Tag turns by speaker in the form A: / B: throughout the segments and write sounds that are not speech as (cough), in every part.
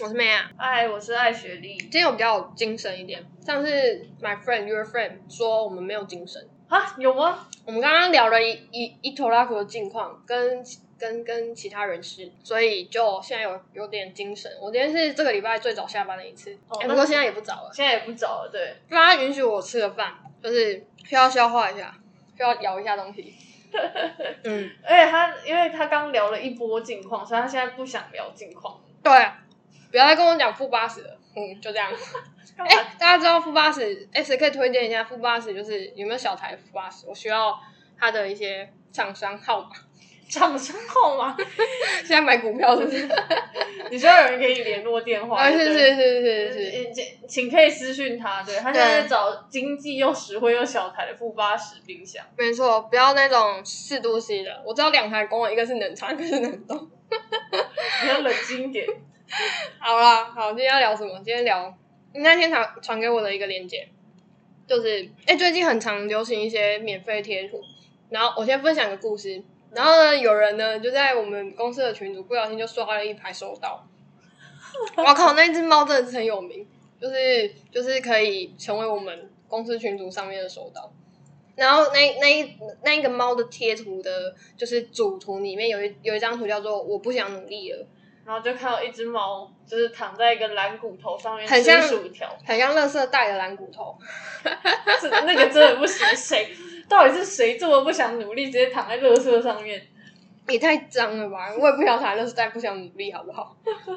A: 我是妹啊，
B: 哎，我是爱学历
A: 今天我比较有精神一点。上次 my friend your friend 说我们没有精神，
B: 啊，有吗？
A: 我们刚刚聊了一一一头拉苦的近况，跟跟跟其他人士，所以就现在有有点精神。我今天是这个礼拜最早下班的一次，
B: 哦
A: 哎
B: 那
A: 不过现在也不早了。
B: 现在也不早了，对，
A: 大家允许我吃个饭，就是需要消化一下，需要咬一下东
B: (laughs)
A: 西。嗯，
B: 而且他因为他刚聊了一波近况，所以他现在不想聊近况，
A: 对，啊不要再跟我讲负八十了。嗯，就这样。
B: 干
A: 哎、
B: 嘛？
A: 大家知道富八十，哎，谁可以推荐一下富八十？就是有没有小台富八十？我需要它的一些厂商号码。 (laughs)
B: 厂商号码，
A: 现在买股票是不是？
B: (laughs) 你需要有人给你联络电话，
A: 啊，是
B: 对
A: 是是是是，
B: 呃请请可以私讯他，对他现在在找经济又实惠又小台的负八十冰箱，
A: 没错，不要那种四度 C 的。我知道两台公文，一个是冷藏，一个是冷冻。
B: 你要冷静一点。
A: 好啦，好，今天要聊什么？今天聊你那天传传给我的一个链接，就是哎、最近很常流行一些免费贴图。然后我先分享个故事。然后呢，有人呢就在我们公司的群组不小心就刷了一排收到。我靠，那一只猫真的是很有名，就是就是可以成为我们公司群组上面的收到。然后那那一那一个猫的贴图的，就是主图里面有一有一张图叫做“我不想努力了”，
B: 然后就看到一只猫，就是躺在一个蓝骨头上面
A: 很
B: 吃
A: 像
B: 薯条， (laughs)
A: 很像垃圾袋的蓝骨头。
B: 是那个真的不行，谁到底是谁这么不想努力，直接躺在垃圾上面？
A: 也太脏了吧！我也不想谈乐事，但不想努力，好不好？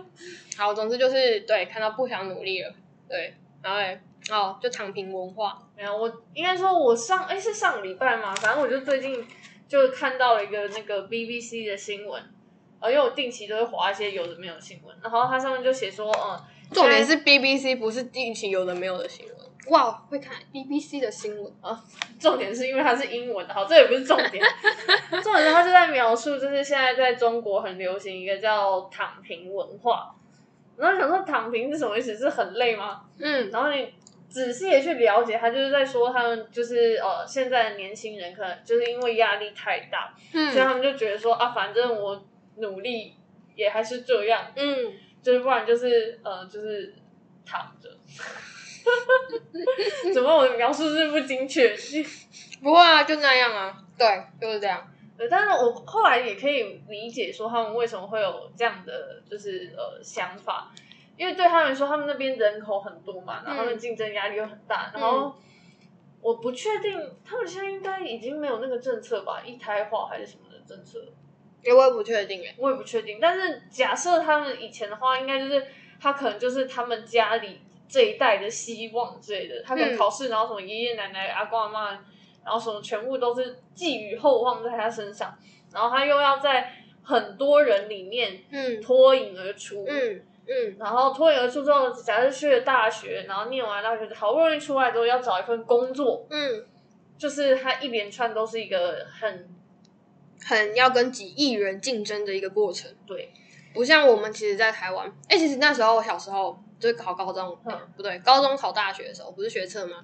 A: (laughs) 好，总之就是对，看到不想努力了，对，然后嘞，哦，就躺平文化，
B: 没有，我应该说，我上哎是上礼拜嘛，反正我就最近就看到了一个那个 BBC 的新闻，呃，因为我定期都会划一些有的没有的新闻，然后它上面就写说，嗯，
A: 重点是 BBC 不是近期有的没有的新闻。哇，会看 BBC 的新闻，啊
B: 重点是因为它是英文的，好，这也不是重点，重点是它是在描述，就是现在在中国很流行一个叫躺平文化，然后想说躺平是什么意思？是很累吗？
A: 嗯，
B: 然后你仔细的去了解，他就是在说他们就是呃，现在的年轻人可能就是因为压力太大，所以
A: 嗯
B: 他们就觉得说啊，反正我努力也还是这样，
A: 嗯，
B: 就是不然就是呃，就是躺着。 (laughs) 怎么我的描述是不精确？ (laughs)
A: 不会啊，就那样啊，对，就是这样，
B: 呃但是我后来也可以理解说他们为什么会有这样的就是呃想法，因为对他们来说，他们那边人口很多嘛，然后他们竞争压力又很大，然后我不确定他们现在应该已经没有那个政策吧，一胎化还是什么的政策，
A: 因为我也不确定哎，
B: 我也不确定。但是假设他们以前的话，应该就是他可能就是他们家里这一代的希望之类的，他可能
A: 嗯
B: 考试，然后什么爷爷奶奶、阿公阿妈，然后什么全部都是寄予厚望在他身上，然后他又要在很多人里面
A: 嗯
B: 脱颖而出，
A: 嗯嗯
B: 然后脱颖而出之后，假设去了大学，然后念完大学，好不容易出来之后要找一份工作，
A: 嗯，
B: 就是他一连串都是一个很
A: 很要跟几亿人竞争的一个过程。
B: 对，
A: 不像我们其实，在台湾，哎、其实那时候我小时候就是考高中，
B: 嗯
A: 呃不对，高中考大学的时候，不是学测吗？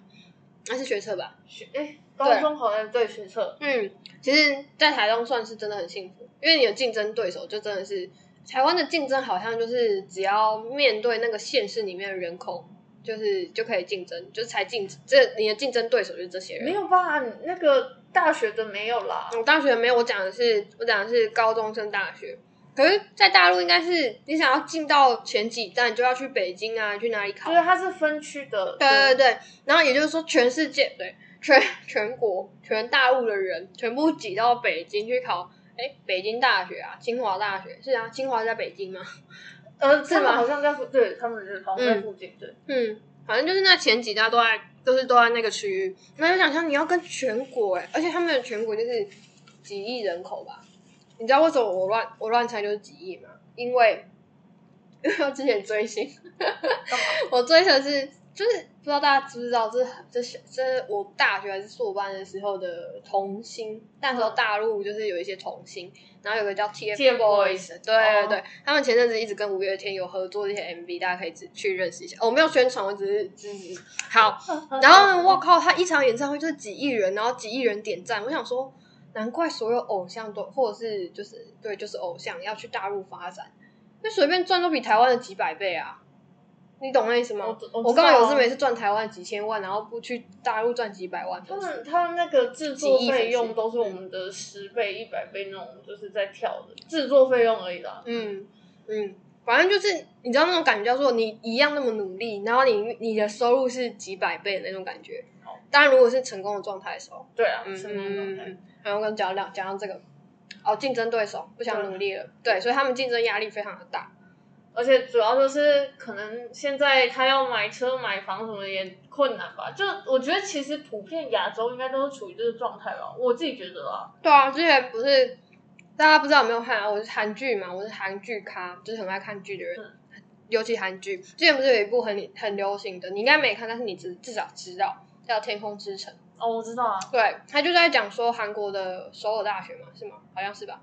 A: 那、是学测吧？
B: 学哎高中考的对学测，
A: 嗯，其实，在台中算是真的很幸福，因为你的竞争对手就真的是台湾的竞争，好像就是只要面对那个县市里面的人口，就是就可以竞争，就是才竞这你的竞争对手就是这些人
B: 没。有吧？你那个大学的没有啦，
A: 我大学没有，我讲的是我讲的是高中升大学。可是，在大陆应该是你想要进到前几站，你就要去北京啊，去哪里考
B: 就？是它是分区的，
A: 对对对。然后也就是说，全世界对全 (laughs) 全国全大陆的人全部挤到北京去考。哎，北京大学啊，清华大学是啊，清华在北京吗？
B: 呃，
A: 是
B: 他们
A: 吗
B: 好像在附，对他们人好像在附近，
A: (laughs)
B: 对，
A: 嗯，反正就是那前几家都在，就是都在那个区域。那就想象你要跟全国哎、而且他们的全国就是几亿人口吧？你知道为什么我乱我乱猜就是几亿吗？因为 (laughs) 因为我之前追星， (laughs) 我追的是就是不知道大家知不知道，这这是这是我大学还是硕班的时候的童星，那时候
B: 嗯
A: 大陆就是有一些童星，然后有个叫
B: TFBOYS
A: TFBOYS，对对对，他们前阵子一直跟五月天有合作一些 MV，大家可以去去认识一下。哦我没有宣传，我只是只是好。然后呢，我靠，他一场演唱会就是几亿人，然后几亿人点赞，我想说，难怪所有偶像都或者是就是对就是偶像要去大陆发展。那随便赚都比台湾的几百倍啊，你懂那意思吗？
B: 我我啊
A: 我刚刚有事
B: 没。
A: 没事赚台湾几千万，然后不去大陆赚几百万，
B: 他们他们那个制作费用都是我们的十倍、一百倍那种，就是在跳的制作费用而已啦。
A: 嗯嗯，反正就是你知道那种感觉，叫做你一样那么努力，然后你你的收入是几百倍的那种感觉
B: 好。
A: 当然，如果是成功的状态的时候，
B: 对啊，
A: 嗯
B: 成功状
A: 嗯
B: 态。
A: 嗯，然后跟讲到讲到这个，哦，竞争对手不想努力了，对，所以他们竞争压力非常的大。
B: 而且主要就是可能现在他要买车、买房什么的也困难吧。就我觉得其实普遍亚洲应该都是处于这个状态吧，我自己觉得啦。
A: 对啊，之前不是大家不知道有没有看啊？我是韩剧嘛，我是韩剧咖，就是很爱看剧的人，尤其韩剧。之前不是有一部很很流行的，你应该没看，但是你至至少知道叫《天空之城》。
B: 哦，我知道啊，
A: 对，他就在讲说韩国的首尔大学嘛，是吗？好像是吧。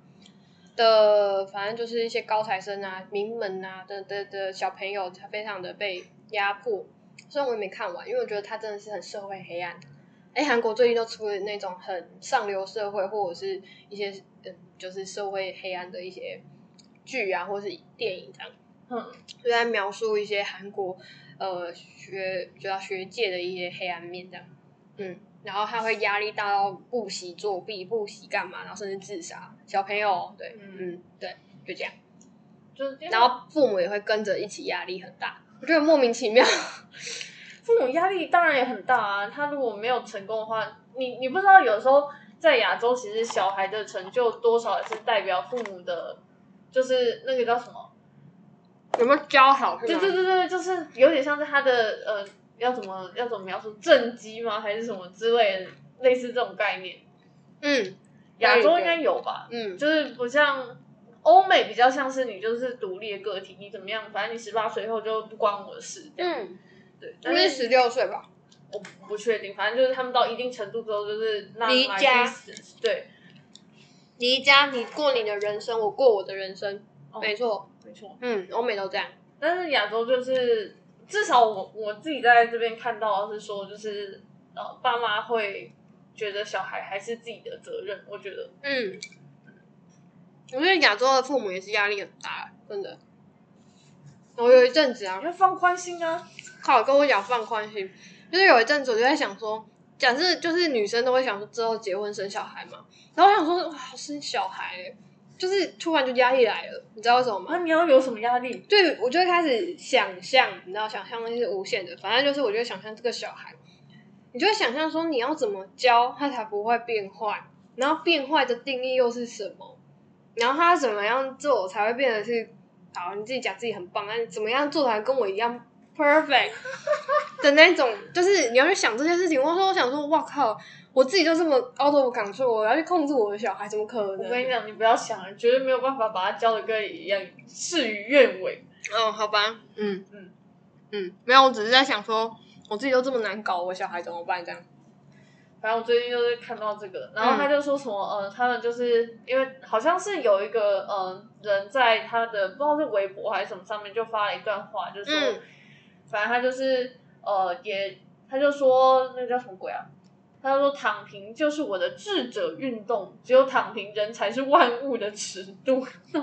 A: 的，反正就是一些高材生啊、名门啊的的的小朋友，他非常的被压迫。虽然我也没看完，因为我觉得他真的是很社会黑暗。哎，韩国最近都出了那种很上流社会或者是一些嗯，就是社会黑暗的一些剧啊，或是电影这样。
B: 嗯，
A: 就在描述一些韩国呃学主要学界的一些黑暗面这样，嗯，然后他会压力大到不惜作弊、不惜干嘛，然后甚至自杀，小朋友对，
B: 嗯
A: 嗯对，就这样，
B: 就是因为
A: 然后父母也会跟着一起压力很大，我觉得莫名其妙， (laughs)
B: 父母压力当然也很大啊。他如果没有成功的话，你你不知道有时候在亚洲，其实小孩的成就多少也是代表父母的，就是那个叫什么？
A: 有没有教好是
B: 对
A: 吗？
B: 对对对，就是有点像是他的呃，要怎么要怎么描述政绩吗？还是什么之类的，类似这种概念。
A: 嗯
B: 亚洲应该有吧，
A: 嗯
B: 就是不像。欧美比较像是你就是独立的个体，你怎么样，反正你十八岁以后就不关我的事。
A: 嗯，
B: 对，
A: 因
B: 但
A: 为
B: 是
A: 十六岁吧，
B: 我不确定，反正就是他们到一定程度之后，就是那
A: 离
B: 买
A: 家
B: 去死对，
A: 离家你过你的人生，我过我的人生，
B: 哦
A: 没错，
B: 没错。
A: 嗯，欧美都这样，
B: 但是亚洲就是，至少我我自己在这边看到的是说，就是呃，爸妈会觉得小孩还是自己的责任，我觉得
A: 嗯，我觉得亚洲的父母也是压力很大，真的。我有一阵子啊
B: 你，要放宽心啊。
A: 靠，跟我讲放宽心，就是有一阵子我就在想说，假设就是女生都会想说之后结婚生小孩嘛，然后我想说哇生小孩、欸，就是突然就压力来了，你知道为什么吗
B: 那？你要有什么压力？
A: 对，我就会开始想象，你知道，想象力是无限的。反正就是，我就会想象这个小孩，你就会想象说你要怎么教他才不会变坏，然后变坏的定义又是什么？然后他怎么样做才会变得是好？你自己讲自己很棒，但怎么样做才跟我一样 perfect 的那种？就是你要去想这些事情。我说，我想说，哇靠，我自己就这么 out of control，我要去控制我的小孩，怎么可能？
B: 我跟你讲，你不要想了，绝对没有办法把他教的跟你一样，事与愿违。
A: 哦，好吧，嗯
B: 嗯
A: 嗯嗯，没有，我只是在想说，我自己都这么难搞，我小孩怎么办？这样，
B: 反正我最近就是看到这个，然后他就说什么，呃，他们就是因为好像是有一个呃人在他的不知道是微博还是什么上面就发了一段话，就说，
A: 嗯
B: 反正他就是呃也他就说那个叫什么鬼啊？他就说躺平就是我的智者运动，只有躺平人才是万物的尺度。 (laughs)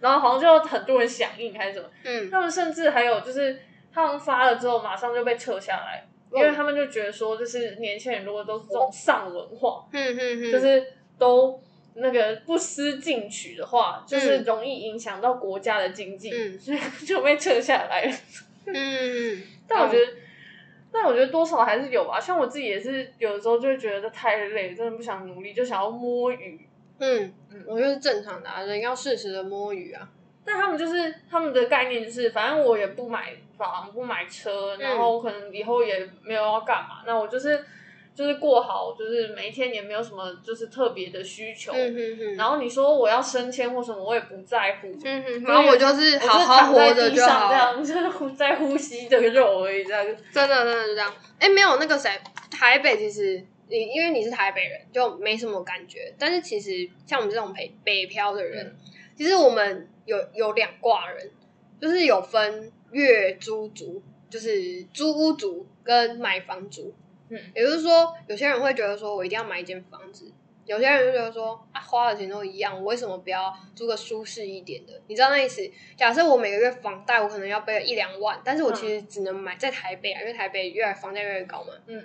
B: 然后好像就很多人响应还是什么，
A: 嗯
B: 他们甚至还有就是他们发了之后马上就被撤下来。
A: 哦
B: 因为他们就觉得说，就是年轻人如果都是这种丧文化，
A: 嗯嗯嗯，
B: 就是都那个不思进取的话，就是容易影响到国家的经济，
A: 嗯
B: 所以就被撤下来了。
A: (laughs) 嗯嗯，
B: 但我觉得，但我觉得多少还是有吧。像我自己也是，有的时候就会觉得太累，真的不想努力，就想要摸鱼。
A: 嗯，我觉得是正常的、啊，人要适时的摸鱼啊，
B: 但他们就是他们的概念就是，反正我也不买房，不买车，然
A: 嗯
B: 后可能以后也没有要干嘛。那我就是就是过好，就是每一天也没有什么就是特别的需求。
A: 嗯哼哼，
B: 然后你说我要升迁或什么，我也不在乎。
A: 嗯哼，然后我就是好好活着就好
B: 我躺在地上这样，就是在呼吸这个肉而已，这样。
A: 真的真的就这样。哎、没有那个谁，台北其实你因为你是台北人，就没什么感觉。但是其实像我们这种北北漂的人，其实我们有有两挂人，就是有分月租族，就是租屋族跟买房族。
B: 嗯
A: 也就是说，有些人会觉得说我一定要买一间房子，有些人就觉得说，啊，花的钱都一样，我为什么不要租个舒适一点的？你知道那意思？假设我每个月房贷我可能要背一两万，但是
B: 嗯
A: 我其实只能买在台北啊，因为台北越来房价越来越高嘛。
B: 嗯，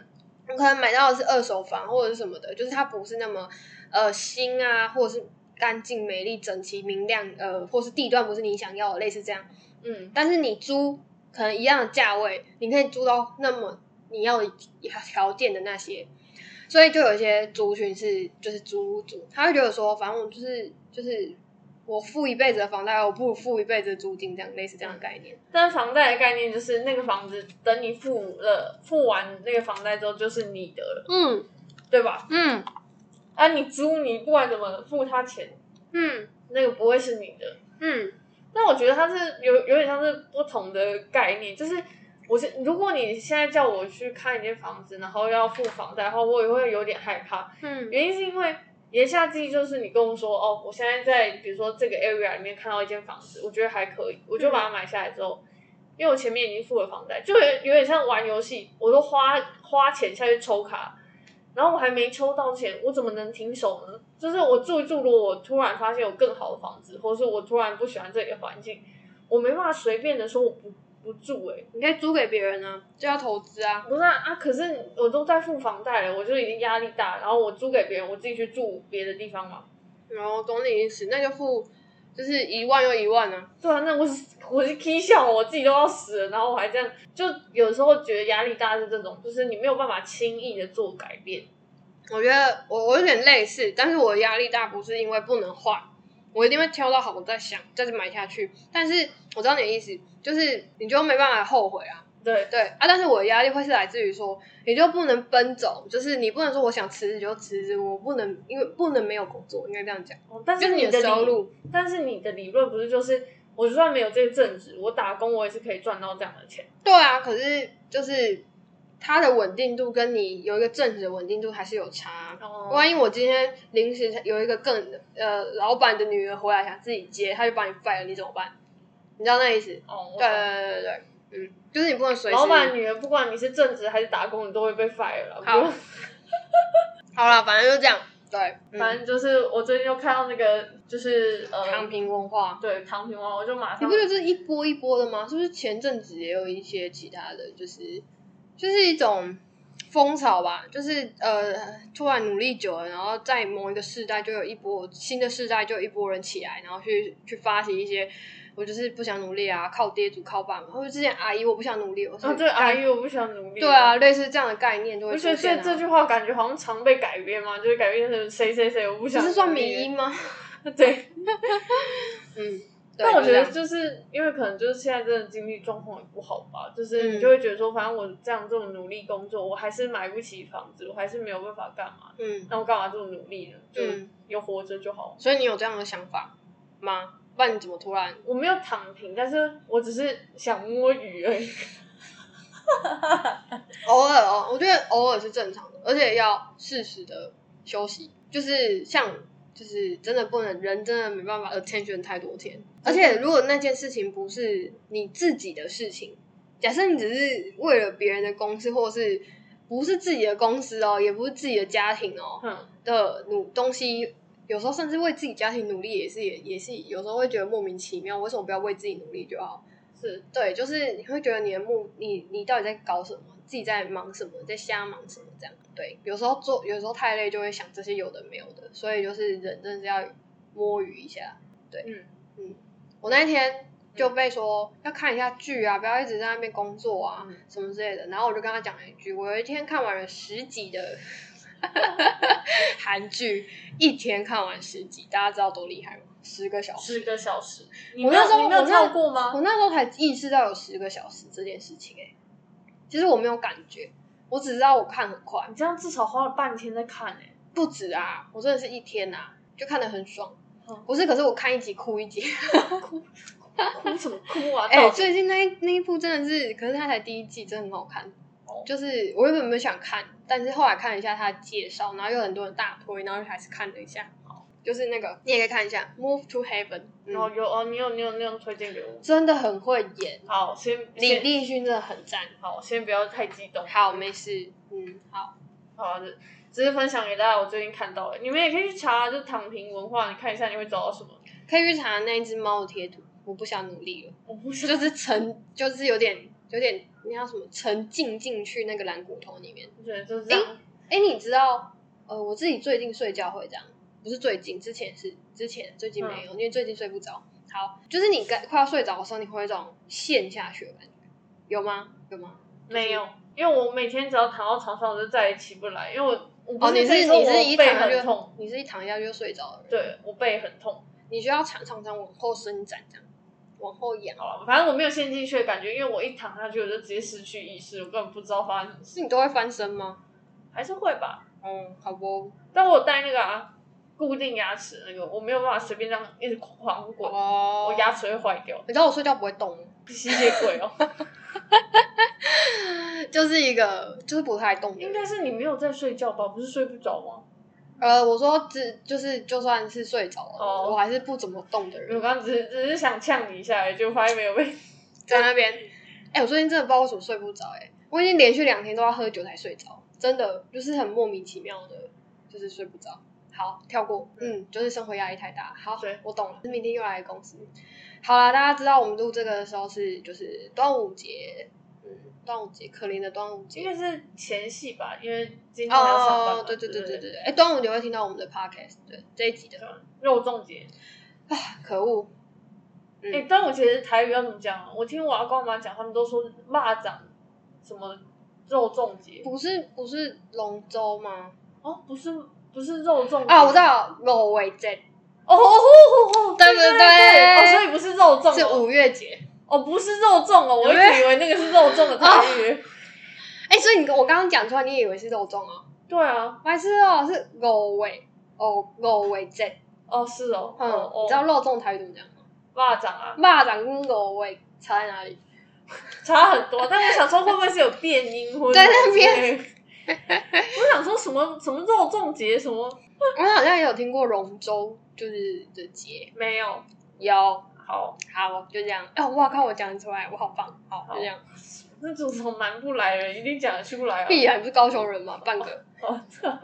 A: 我可能买到的是二手房或者是什么的，就是它不是那么呃新啊，或者是干净、美丽、整齐、明亮，呃，或是地段不是你想要的，类似这样。
B: 嗯，
A: 但是你租可能一样的价位，你可以租到那么你要的条件的那些，所以就有一些族群是就是租屋族，他会觉得说，反正我就是就是我付一辈子的房贷，我不如付一辈子的租金，这样类似这样的概念。
B: 但房贷的概念就是那个房子，等你付了付完那个房贷之后就是你的了，
A: 嗯
B: 对吧？
A: 嗯
B: 啊，你租你不管怎么付他钱，
A: 嗯
B: 那个不会是你的。
A: 嗯
B: 但我觉得它是有有点像是不同的概念，就是我是如果你现在叫我去看一间房子，然后要付房贷的话，我也会有点害怕。
A: 嗯
B: 原因是因为言下之意就是你跟我说，哦，我现在在比如说这个 area 里面看到一间房子，我觉得还可以，我就把它买下来之后，因为我前面已经付了房贷，就有有点像玩游戏，我都花花钱下去抽卡，然后我还没抽到钱，我怎么能停手呢？就是我住一住，如果我突然发现有更好的房子，或是我突然不喜欢这里的环境，我没办法随便的说我不不住、欸，
A: 你可以租给别人啊，就要投资啊。
B: 不是啊啊！可是我都在付房贷了，我就已经压力大，然后我租给别人，我自己去住别的地方嘛。
A: 然后懂你意思，那就付就是一万又一万啊。
B: 对啊，那我是我是 K 笑，我自己都要死了，然后我还这样，就有时候觉得压力大是这种，就是你没有办法轻易的做改变。
A: 我觉得我我有点类似，但是我压力大不是因为不能画，我一定会挑到好的再想，再去买下去。但是我知道你的意思，就是你就没办法后悔啊，
B: 对，
A: 对啊。但是我的压力会是来自于说，你就不能奔走，就是你不能说我想辞职就辞职，我不能因为不能没有工作，应该这样讲，
B: 哦但
A: 就是是你
B: 的
A: 的
B: 理
A: 收，入，
B: 但是你的理论不是就是，我就算没有这个正职，我打工我也是可以赚到这样的钱。
A: 对啊。可是就是它的稳定度跟你有一个正职的稳定度还是有差啊、
B: 哦，
A: 万一我今天临时有一个更呃老板的女儿回来想自己接，他就把你 fire，你怎么办？你知道那意思？
B: 哦，我
A: 对
B: 懂
A: 对对对对，嗯，就是你不能随时。
B: 老板女儿，不管你是正职还是打工，你都会被 fire 了。
A: 好好了，反正就这样。对，嗯
B: 反正就是我最近就看到那个，就是呃，
A: 躺平文化，
B: 对躺平完，我就马
A: 你
B: 上
A: 不觉得这是一波一波的吗？是不是前阵子也有一些其他的，就是就是一种风潮吧？就是呃，突然努力久了，然后在某一个世代就有一波新的世代，就有一波人起来，然后去去发起一些。我就是不想努力啊，靠爹主靠爸妈。或者之前阿姨我不想努力，我是
B: 啊，对阿姨，我不想努力。
A: 对啊，，类似这样的概念就
B: 而
A: 会
B: 且
A: 出
B: 这
A: 现、
B: 这
A: 啊。
B: 句话感觉好像常被改编嘛，就是改编成谁谁谁，我不
A: 这
B: 想努力。
A: 是算迷因吗？
B: 对，
A: (laughs) 嗯，对
B: 但我
A: 就
B: 觉
A: 这
B: 得
A: 样
B: 就是因为可能就是现在真的经济状况也不好吧，就是你
A: 嗯
B: 就会觉得说，反正我这样这么努力工作，我还是买不起房子，我还是没有办法干嘛，
A: 嗯，
B: 那我干嘛这么努力呢？就
A: 嗯
B: 有活着就好。
A: 所以你有这样的想法吗？不然你怎么突然
B: 我没有躺平，但是我只是想摸鱼而已。
A: 偶尔哦，我觉得偶尔是正常的，而且要适时的休息，就是像就是真的不能人真的没办法 attention 太多天，而且如果那件事情不是你自己的事情，假设你只是为了别人的公司或是。不是自己的公司哦，也不是自己的家庭哦
B: 嗯，
A: 的努东西，有时候甚至为自己家庭努力也是也也是，有时候会觉得莫名其妙，为什么不要为自己努力就好？
B: 是
A: 对，就是你会觉得你的目，你你到底在搞什么，自己在忙什么，在瞎忙什么这样。对，有时候做，有时候太累就会想这些有的没有的，所以就是人真的是要摸鱼一下。对，
B: 嗯
A: 嗯，我那一天就被说、要看一下剧啊，不要一直在那边工作啊、
B: 嗯
A: 什么之类的，然后我就跟他讲了一句，我有一天看完了十集的 (laughs) 韩剧，一天看完十集，大家知道多厉害吗？十个小时。
B: 十个小时，你
A: 我
B: 没有
A: 那时候
B: 你没有
A: 我那
B: 跳过吗？
A: 我那时候才意识到有十个小时这件事情、欸，其实我没有感觉，我只知道我看很快，
B: 你这样至少花了半天在看哎、
A: 不止啊，我真的是一天啊，就看得很爽
B: 嗯。
A: 不是，可是我看一集哭一集。 (laughs)
B: 哭什么哭啊？
A: 哎、
B: 到底
A: 最近那一那一部真的是，可是它才第一季，真的很好看
B: 哦。
A: 就是我原本没有想看，但是后来看了一下它的介绍，然后有很多人大推，然后就还是看了一下。就是那个你也可以看一下《Move to Heaven》，
B: 然后
A: 嗯，
B: 有哦，你有你有那种推荐给我。
A: 真的很会演，
B: 好，先
A: 李
B: 先
A: 立勋真的很赞。
B: 好，先不要太激动。
A: 好，没事，嗯，好。
B: 好啊，只只是分享给大家我最近看到的，你们也可以去查，啊就躺平文化，你看一下你会找到什么。
A: 可以去查那一只猫的贴图，我不想努力了，
B: 我不知道
A: 就是沉，就是有点有点那叫什么沉浸进去那个蓝骨头里面。
B: 我觉得就是这样。
A: 哎、你知道，呃，我自己最近睡觉会这样，不是最近，之前是之前，最近
B: 嗯
A: 没有，因为最近睡不着。好，就是你该快要睡着的时候，你会有一种陷下去的感觉，有吗？有吗？
B: 没有，因为我每天只要躺到床上，我就再也起不来，因为我我不
A: 哦，你
B: 跟
A: 是
B: 说
A: 你是
B: 我
A: 一
B: 背
A: 躺下
B: 很
A: 就
B: 痛，
A: 你是一躺下就睡着的人，
B: 对我背很痛。
A: 你需要常常常往后伸展，这样往后仰，
B: 好了，反正我没有陷进去的感觉，因为我一躺下去我就直接失去意识，我根本不知道发生什么事，
A: 是你都会翻身吗？
B: 还是会吧。
A: 嗯，好不
B: 但我有戴那个啊固定牙齿那个，我没有办法随便这样一直狂滚，
A: 哦，
B: 我牙齿会坏掉，
A: 你知道我睡觉不会动吗， (laughs)
B: 吸血鬼哦。
A: 就是一个就是不太动的人。
B: 应该是你没有在睡觉吧？不是睡不着吗？
A: 呃，我说只就是就算是睡着了，
B: 哦嗯
A: 我还是不怎么动的
B: 我
A: 人，
B: 刚刚只是只是想呛你一下而已，就发现没有被。
A: 在那边。哎、我最近真的不知道为什么睡不着，哎，我已经连续两天都要喝酒才睡着，真的就是很莫名其妙的，就是睡不着。好，跳过，嗯，就是生活压力太大。好
B: 对，
A: 我懂了，明天又来公司。好啦，大家知道我们录这个的时候是就是端午节，嗯，端午节可怜的端午
B: 应
A: 节。
B: 该是前戏吧，因为今天还要上班嘛。
A: 哦，对对对
B: 不
A: 对对对，哎、端午节会听到我们的 podcast，对这一集的，
B: 肉粽节。啊
A: 可恶，嗯
B: 哎、端午节台语要怎么讲啊？我听我阿公阿妈讲，他们都说蚂蚱什么肉粽节
A: 不是不是龙舟吗？
B: 哦，不是不是肉粽节
A: 啊，我知道，狗尾节
B: 哦吼吼吼，
A: 对不
B: 对
A: 对
B: 哦，所以不是肉粽、哦，
A: 是五月节。
B: 哦，不是肉粽哦，我一
A: 有没
B: 直以为那个是肉粽的台
A: (laughs)
B: 语。
A: 哎、所以你跟我刚刚讲出来，你也以为是肉粽哦？
B: 对啊，
A: 白痴哦，是狗尾哦，狗尾节。
B: 哦是哦，
A: 嗯，
B: 哦哦，
A: 你知道肉粽台语怎么讲吗？
B: 蚂蚱啊，
A: 蚂蚱跟狗尾差在哪里？ (laughs)
B: 差很多。但我想说，会不会是有变音
A: (laughs)
B: 或者
A: 在那边
B: 边？
A: (laughs)
B: 我想说什么什么肉粽节什么
A: 我好像也有听过龙舟，就是的节。
B: 没有？
A: 有，
B: 好，
A: 好，就这样。哦，哇靠，我讲得出来，我好棒。好，就这样。
B: 那主从南部来的人一定讲得出来啊。
A: 屁啊，你不是高雄人吗？半个，
B: (laughs) 哦，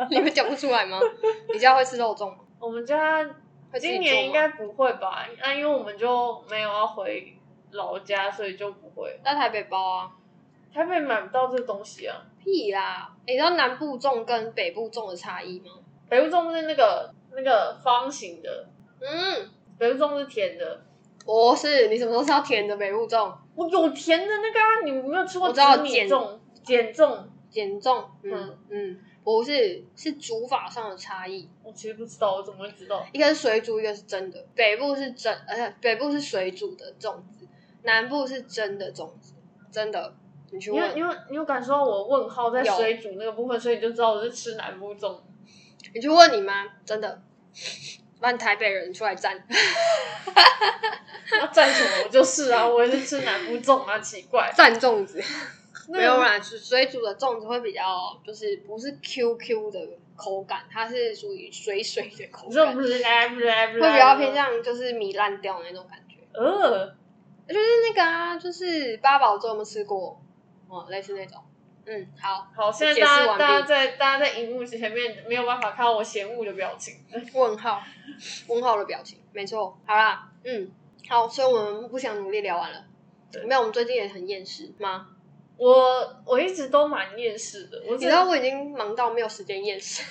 A: 你们讲不出来吗？ (laughs) 你家会吃肉粽吗？
B: 我们家
A: 会吃
B: 今
A: 粥吗
B: 年应该不会吧？那、因为我们就没有要回老家，所以就不会。
A: 在台北包啊。
B: 台北买不到这个东西啊。
A: 屁啦！你知道南部粽跟北部粽的差异吗？
B: 北部粽是那个那个方形的，
A: 嗯，
B: 北部粽是甜的，
A: 不是，你什么时候吃到甜的北部粽？
B: 我有甜的那个啊，你没有吃过
A: 我知道
B: 紫米
A: 碱
B: 粽、碱粽？
A: 减重，嗯
B: 嗯
A: 嗯，不是，是煮法上的差异，
B: 我其实不知道，我怎么会知道？
A: 一个是水煮，一个是蒸的。北部是蒸，呃，北部是水煮的粽子，南部是蒸的粽子，真的，你去
B: 你有
A: 问，
B: 你有你有感受到我问号在
A: 有
B: 水煮那个部分，所以你就知道我是吃南部粽。 (laughs)
A: 你去问你妈，真的，把你台北人出来站。 (laughs)
B: 那蘸什么？我就是啊，我也是吃南部粽啊，奇
A: (laughs)
B: 怪。
A: 蘸粽子，
B: (laughs) 那
A: 没有啦，水水煮的粽子会比较，就是不是 Q Q 的口感，它是属于水水的口
B: 你说
A: 感，
B: 不
A: 会
B: 是来不来不来，
A: 比较偏向就是米烂掉那种感觉。
B: 呃，
A: 就是那个啊，就是八宝粥有没有吃过？哦，类似那种。嗯，好，
B: 好，现在
A: 解释
B: 大
A: 完
B: 家
A: 毕
B: 大家在大家在荧幕前面没有办法看到我嫌恶的表情。
A: 问号，问号的表情，没错。好啦，嗯，好，所以我们不想努力聊完了
B: 对。
A: 没有，我们最近也很厌世吗？
B: 我我一直都蛮厌世的，我
A: 你
B: 只
A: 知道我已经忙到没有时间厌世。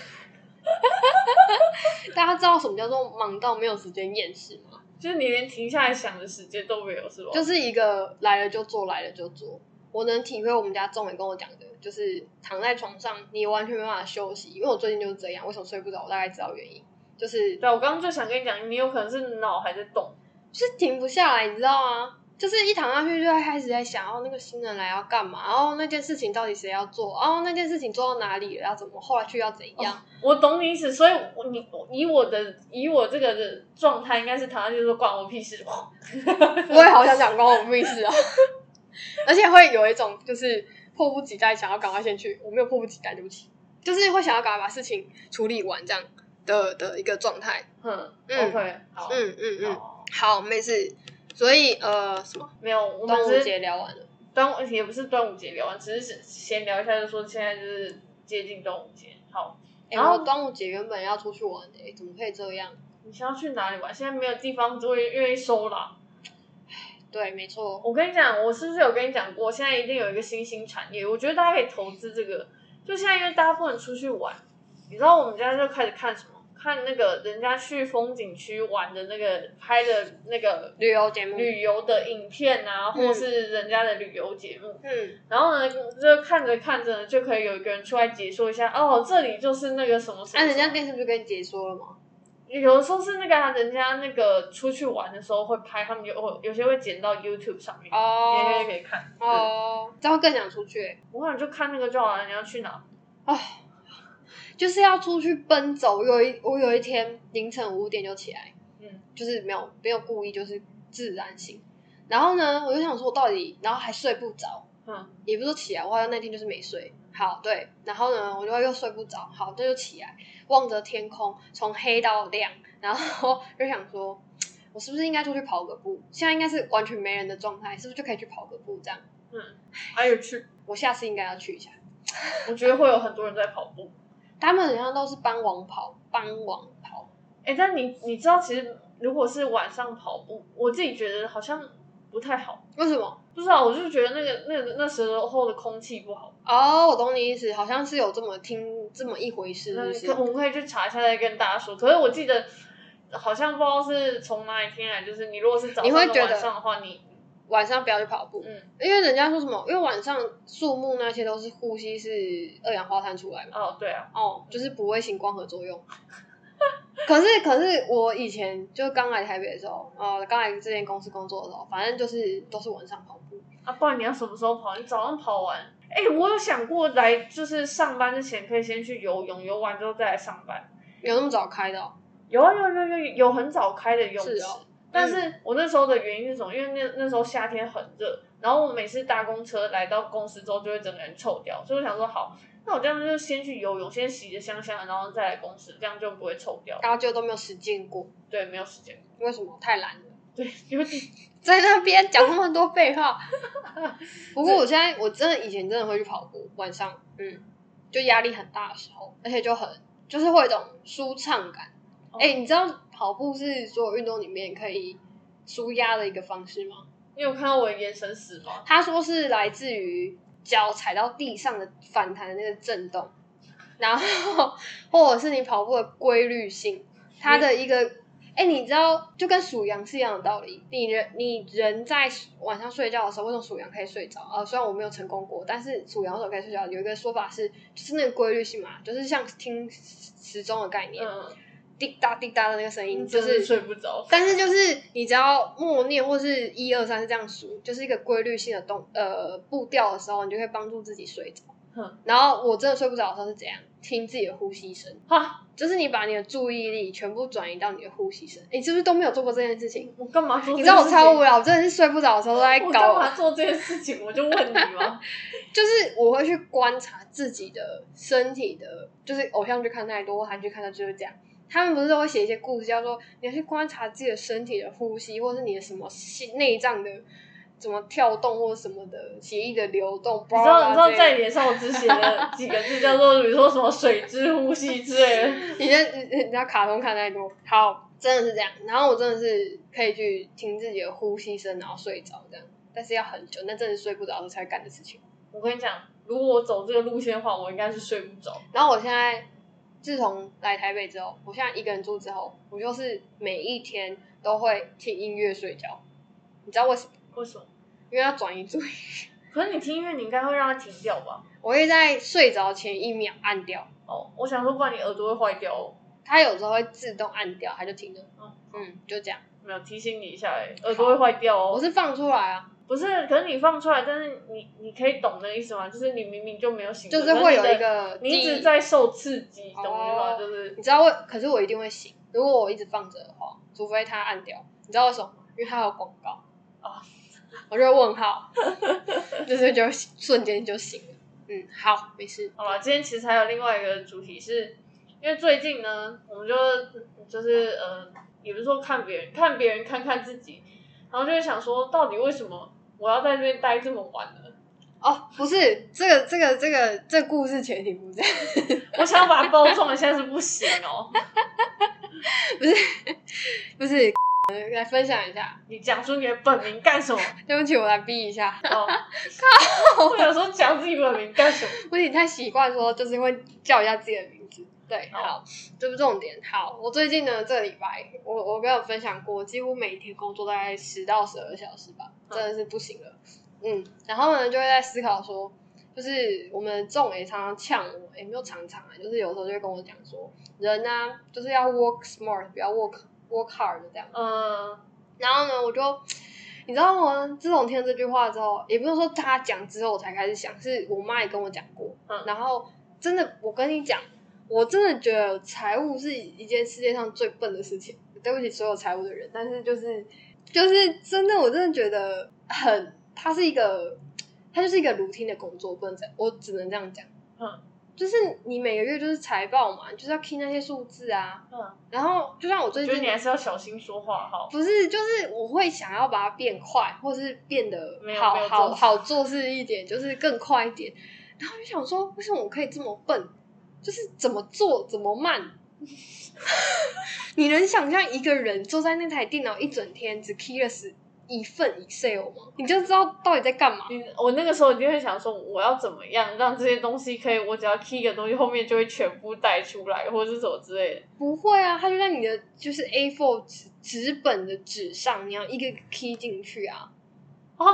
A: (laughs) 大家知道什么叫做忙到没有时间厌世吗？
B: 就是你连停下来想的时间都没有，是吧？
A: 就是一个来了就做，来了就做。我能体会我们家仲也跟我讲的，就是躺在床上，你完全没办法休息。因为我最近就是这样，为什么睡不着？我大概知道原因，就是
B: 对，我刚刚就想跟你讲，你有可能是脑还在动，
A: 就是停不下来，你知道吗？就是一躺下去就会开始在想，哦，那个新人来要干嘛？哦，那件事情到底谁要做？哦，那件事情做到哪里了？要怎么？后来去要怎样？
B: 我懂你意思，所以我你以我的以我这个的状态，应该是躺下去说关我屁事，哦
A: (laughs) 我也好想讲关我屁事啊！ (laughs) 而且会有一种就是迫不及待想要赶快先去，我没有迫不及待，对不起，就是会想要赶快把事情处理完这样的的一个状态。
B: 哼、
A: 嗯
B: o k 好，
A: 嗯嗯嗯，
B: 好，
A: 好，没事。所以呃，什么
B: 没有，我们
A: 端午
B: 只
A: 节
B: 是
A: 聊完了，
B: 端午也不是端午节聊完，只是闲聊一下，就说现在就是接近端午节，好，
A: 哎、
B: 然后
A: 我端午节原本要出去玩的、哎怎么可以这样？
B: 你想要去哪里玩？现在没有地方做愿意收啦。
A: 对，没错，
B: 我跟你讲，我是不是有跟你讲过？现在一定有一个新兴产业，我觉得大家可以投资这个。就现在，因为大家不能出去玩，你知道我们家就开始看什么？看那个人家去风景区玩的那个拍的那个
A: 旅游节目，
B: 旅游的影片啊，或是人家的旅游节目。
A: 嗯，
B: 然后呢，就看着看着呢，就可以有一个人出来解说一下，哦，这里就是那个什么什么什么。
A: 那、人家电视不是啊跟你解说了吗？
B: 有的时候是那个、啊、人家那个出去玩的时候会拍，他们哦有有些会剪到 YouTube 上面，
A: 哦
B: 也可以看。对，
A: 哦，这样更想出去、哎
B: 我可能就看那个就好了。你要去哪？
A: 就是要出去奔走。有一我有一天凌晨五点就起来，
B: 嗯，
A: 就是没有没有故意，就是自然醒。然后呢，我就想说，我到底，然后还睡不着，
B: 嗯，
A: 也不是说起来，我好像那天就是没睡。好，对，然后呢，我就又睡不着，好，这就起来，望着天空，从黑到亮，然后就想说，我是不是应该出去跑个步？现在应该是完全没人的状态，是不是就可以去跑个步？这样，
B: 还有去，
A: 我下次应该要去一下。
B: 我觉得会有很多人在跑步。
A: 他们好像都是帮网跑，帮网跑，
B: 哎、但你你知道，其实如果是晚上跑步，我自己觉得好像不太好。
A: 为什么？
B: 不知道，我就觉得那个那个那时候的空气不好。
A: 哦，我懂你意思，好像是有这么听这么一回事，
B: 那
A: 是不
B: 可
A: 是？
B: 我们可以去查一下再跟大家说。可是我记得好像不知道是从哪里听来，就是你如果是早上
A: 你会
B: 跟
A: 觉
B: 晚
A: 得
B: 上的话，你
A: 晚上不要去跑步，
B: 嗯
A: 因为人家说什么，因为晚上树木那些都是呼吸是二氧化碳出来嘛，
B: 哦对啊，
A: 哦，就是不会行光合作用。 (laughs) 可是可是我以前就刚来台北的时候，呃，刚来这间公司工作的时候，反正就是都是晚上跑步。
B: 啊，不然你要什么时候跑？你早上跑完。哎、我有想过来，就是上班之前可以先去游泳，游完之后再来上班。
A: 有那么早开的、哦？
B: 有啊有啊有啊有啊有很早开的泳池，
A: 是哦
B: 但是我那时候的原因是什么？因为那那时候夏天很热，然后我每次搭公车来到公司之后，就会整个人臭掉，所以我想说好，那我这样就先去游泳，先洗的香香的，然后再来公司，这样就不会臭掉。
A: 然后就都没有实践过，
B: 对，没有时间。
A: 为什么？太懒了。
B: 对，因为你
A: 在那边讲那么多废话。不过我现在我真的以前真的会去跑步，晚上，嗯，就压力很大的时候，而且就很就是会有一种舒畅感。
B: 哦
A: 哎、你知道跑步是所有运动里面可以舒压的一个方式吗？
B: 你有看到我的眼神死吗？
A: 他说是来自于脚踩到地上的反弹的那个震动，然后或者是你跑步的规律性，它的一个。哎、你知道，就跟数羊是一样的道理。你人你人在晚上睡觉的时候，为什么数羊可以睡着？啊，虽然我没有成功过，但是数羊的时候可以睡着。有一个说法是，就是那个规律性嘛，就是像听时时钟的概念，
B: 嗯，
A: 滴答滴答的那个声音，就
B: 真
A: 是
B: 是睡不着。
A: 但是就是你只要默念或是一二三是这样数，就是一个规律性的动呃步调的时候，你就会帮助自己睡着。
B: 嗯
A: 然后我真的睡不着的时候是怎样？听自己的呼吸声，
B: 哈，
A: 就是你把你的注意力全部转移到你的呼吸声。你是不是都没有做过这件事情？
B: 我干嘛做？
A: 你知道我超无。聊，我真的是睡不着的时候都在
B: 我干
A: 搞
B: 嘛，做这件事情？我就问你嘛。
A: 就是我会去观察自己的身体的，就是偶像剧看太多，韩剧看的就是这样。他们不是都会写一些故事，叫做你要去观察自己的身体的呼吸，或是你的什么心内脏的怎么跳动，或者什么的血液的流动。
B: 你知道，你知道
A: 之类的
B: 在你脸上我只写了几个字，叫做比如说什么水之呼吸之类的。
A: 你在你你在卡通看太多，好，真的是这样。然后我真的是可以去听自己的呼吸声，然后睡着这样，但是要很久，那真的是睡不着的时候才干的事情。
B: 我跟你讲，如果我走这个路线的话，我应该是睡不着。
A: 然后我现在自从来台北之后，我现在一个人住之后，我就是每一天都会听音乐睡觉。你知道为什么？
B: 为什么？
A: 因为要转移注意力， (laughs)
B: 可是你听音乐，你应该会让它停掉吧？
A: 我会在睡着前一秒按掉，
B: 哦，我想说，不然你耳朵会坏掉哦。
A: 它有时候会自动按掉，它就停了。
B: 哦
A: 嗯，就这样。
B: 没有提醒你一下、欸，耳朵会坏掉
A: 我
B: 哦。
A: 是放出来啊，
B: 不是，可是你放出来，但是你你可以懂那个意思吗？就是你明明就没有醒着，
A: 就是会有
B: 可是
A: 一
B: 你的，
A: 个
B: 你一
A: 记
B: 直
A: 忆
B: 在受刺激，懂我意思吗？
A: 哦
B: 就是
A: 你知道我，可是我一定会醒。如果我一直放着的话，除非它按掉，你知道为什么吗？因为它有广告。
B: 哦，
A: 我就会问号，就是就瞬间就醒了。嗯，好，没事。
B: 好了。今天其实还有另外一个主题是，因为最近呢，我们就就是呃，也不是说看别人，看别人看看自己，然后就会想说，到底为什么我要在这边待这么晚呢？
A: 哦，不是这个这个这个这个故事前提不是这样， (laughs)
B: 我想要把它包装一下是不行哦。
A: 不是来分享一下。
B: 你讲出你的本名干什么？
A: 对不起，我来逼一下。
B: 哦，靠！我有时候讲自己本名干什么？
A: 不是你太习惯说，就是会叫一下自己的名字。对，
B: 好
A: 好，这不重点。好，我最近呢，这礼拜我我跟有分享过，几乎每天工作大概十到十二小时吧，
B: 嗯
A: 真的是不行了。嗯，然后呢，就会在思考说，就是我们众也常常呛我，也、没有常常啊，就是有时候就会跟我讲说，人呢、就是要 work smart，不要 work work hard 这样。
B: 嗯
A: 然后呢，我就你知道吗？自从听了这句话之后，也不是说他讲之后我才开始想，是我妈也跟我讲过。
B: 嗯
A: 然后真的，我跟你讲，我真的觉得财务是一件世界上最笨的事情。对不起，所有财务的人，但是就是就是真的，我真的觉得很，它是一个，它就是一个 routine 的工作，不能讲，我只能这样讲。
B: 嗯，
A: 就是你每个月就是财报嘛，你就是要 key 那些数字啊。
B: 嗯，
A: 然后就像我最
B: 我
A: 近
B: 觉得你还是要小心说话哈。
A: 不是，就是我会想要把它变快，或是变得
B: 没有
A: 好
B: 没有
A: 好
B: 做
A: 好做事一点，就是更快一点。然后就想说，为什么我可以这么笨？就是怎么做怎么慢。 (laughs) 你能想象一个人坐在那台电脑一整天，只 key 了十一份 Excel 吗？你就知道到底在干嘛。
B: 你我那个时候一定会想说，我要怎么样让这些东西可以，我只要 key 一个东西，后面就会全部带出来，或者是什么之类的。
A: 不会啊，它就在你的就是 A4 纸纸本的纸上，你要一个一个 key 进去啊。
B: 啊，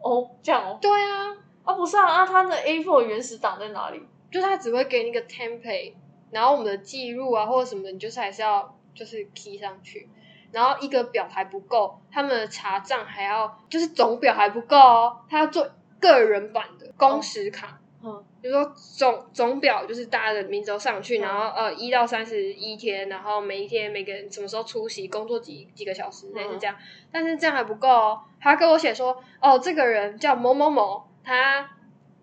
B: 哦，这样哦，
A: 对啊，
B: 啊不是啊，啊它的 A4 原始档在哪里？
A: 就他只会给你一个 template，然后我们的记录啊或者什么，你就是还是要就是 key 上去。然后一个表还不够，他们的查账还要就是总表还不够哦，他要做个人版的工时卡。
B: 嗯
A: 比如说总总表就是大家的名字都上去，
B: 嗯
A: 然后呃一到三十一天，然后每一天每个人什么时候出席，工作几几个小时，类似这样。但是这样还不够哦，还要跟我写说哦，这个人叫某某某，他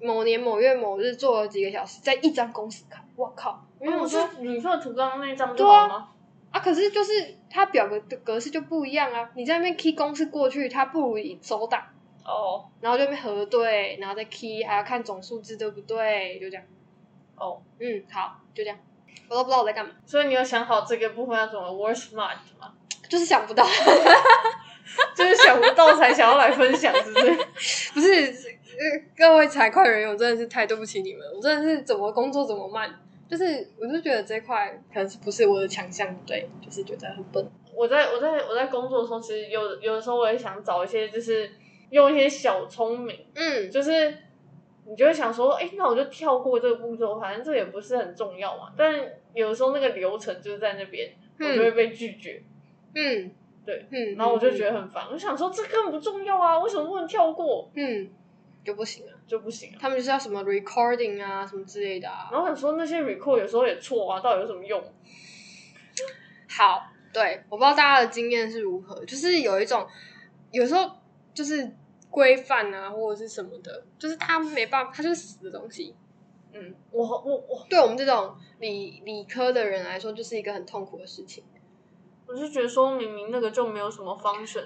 A: 某年某月某日做了几个小时，在一张公司卡。我靠！因为
B: 那
A: 我
B: 我
A: 说、
B: 说哦你说的图刚刚那张就
A: 对
B: 好
A: 啊
B: 吗？
A: 啊，可是就是他表格的格式就不一样啊，你在那边 key 公式过去，他不如你手打，
B: 哦
A: 然后就在那边核对，然后再 key，还要看总数字对不对，就这样。
B: 哦，
A: 嗯，好，就这样。我都不知道我在干嘛，
B: 所以你有想好这个部分要怎么 word smart 吗？ (laughs)
A: 就是想不到，
B: 就是想不到才想要来分享，是不是？
A: (laughs)
B: (laughs)
A: 不是、呃、各位财会人员，我真的是太对不起你们，我真的是怎么工作怎么慢，就是我就觉得这块可能是不是我的强项，对，就是觉得很笨。
B: 我在我在我在工作的时候，其实有有的时候我也想找一些，就是用一些小聪明，
A: 嗯，
B: 就是你就会想说，哎、那我就跳过这个步骤，反正这也不是很重要嘛。但有的时候那个流程就是在那边，我就会被拒绝，
A: 嗯，
B: 对，
A: 嗯，
B: 然后我就觉得很烦。我想说，这根本不重要啊，为什么不能跳过
A: 嗯，嗯就不行啊，
B: 就不行啊？
A: 他们就是要什么 recording 啊，什么之类的啊。
B: 然后想说那些 record 有时候也错啊，到底有什么用？
A: 好，对，我不知道大家的经验是如何，就是有一种有时候就是规范啊，或者是什么的，就是他没办法，他就是死的东西。
B: 嗯，我我我
A: 对我们这种理理科的人来说，就是一个很痛苦的事情。
B: 我就觉得说明明那个就没有什么 function，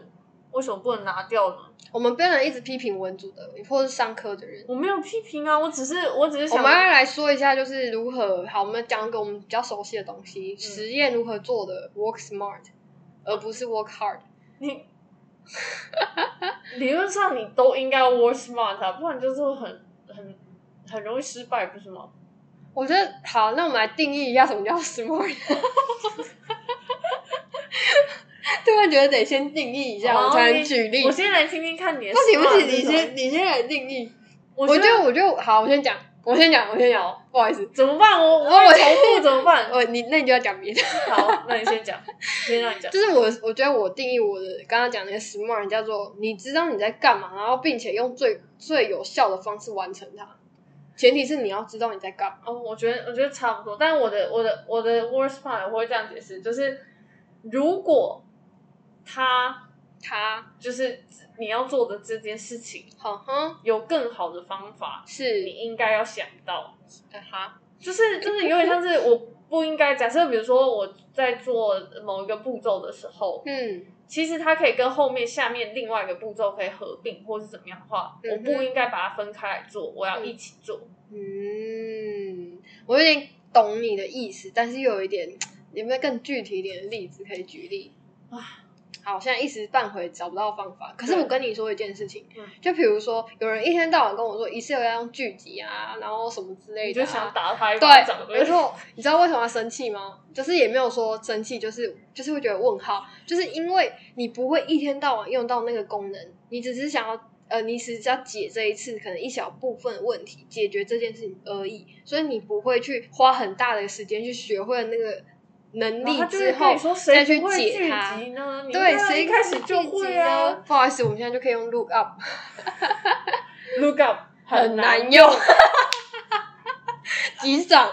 B: 为什么不能拿掉呢？
A: 我们不能一直批评文组的或是商科的人。
B: 我没有批评啊，我只是我只是
A: 我
B: 想
A: 们要来说一下，就是如何好，我们讲个我们比较熟悉的东西，实验如何做的，work smart，而不是 work hard。
B: 你理论上你都应该 work smart，、啊、不然就是会很很很容易失败，不是吗？
A: 我觉得好，那我们来定义一下什么叫 smart。突然觉得得先定义一下，
B: 好
A: 我才能举例。
B: 哦我
A: 不
B: 先来听听看你的
A: 行
B: smart
A: 不
B: 是什
A: 行，
B: 么。
A: 你先你先来定义。
B: 我
A: 我
B: 觉
A: 觉
B: 得
A: 得我觉得好，我先讲，我先讲，我先讲，哦不好意思，
B: 怎么办？我我
A: 我
B: 会重复怎么办？
A: (laughs) 我你那你就要讲别的。 (laughs)
B: 好，那你先讲，先让你讲。
A: 就是我我觉得我定义我的刚刚讲那个 smart 叫做你知道你在干嘛，然后并且用最最有效的方式完成它。前提是你要知道你在干嘛。
B: 哦，我觉得我觉得差不多，但是我的我的我的 work smart 我会这样解释，就是如果他
A: 它，
B: 就是你要做的这件事情
A: 哼哼，
B: 有更好的方法，
A: 是
B: 你应该要想到。
A: 啊哈，
B: 就是就是有点像是我不应该假设，比如说我在做某一个步骤的时候，
A: 嗯
B: 其实它可以跟后面下面另外一个步骤可以合并，或是怎么样的话，
A: 嗯哼
B: 我不应该把它分开来做，我要一起做。
A: 嗯，我有点懂你的意思，但是又有一点，有没有更具体一点的例子可以举例？
B: 哇，
A: 好，现在一时半会找不到方法。可是
B: 对
A: 我跟你说一件事情
B: 嗯，
A: 就比如说有人一天到晚跟我说一次要用聚集啊，然后什么之类
B: 你
A: 的、
B: 就
A: 啊，
B: 想打他一巴掌，
A: 对，没错。你知道为什么要生气吗？就是也没有说生气，就是就是会觉得问号，就是因为你不会一天到晚用到那个功能，你只是想要呃，你只是要解这一次可能一小部分的问题，解决这件事情而已，所以你不会去花很大的时间去学会那个能
B: 然后
A: 力
B: 他就
A: 之
B: 会跟
A: 后
B: 你说谁
A: 再去
B: 不会
A: 解
B: 聚
A: 它。
B: 集呢？你
A: 对，
B: 当然
A: 谁
B: 一开始就会啊。？
A: 不好意思，我们现在就可以用 look up，
B: Look up
A: 很
B: 难
A: 难用。 (laughs) 击掌。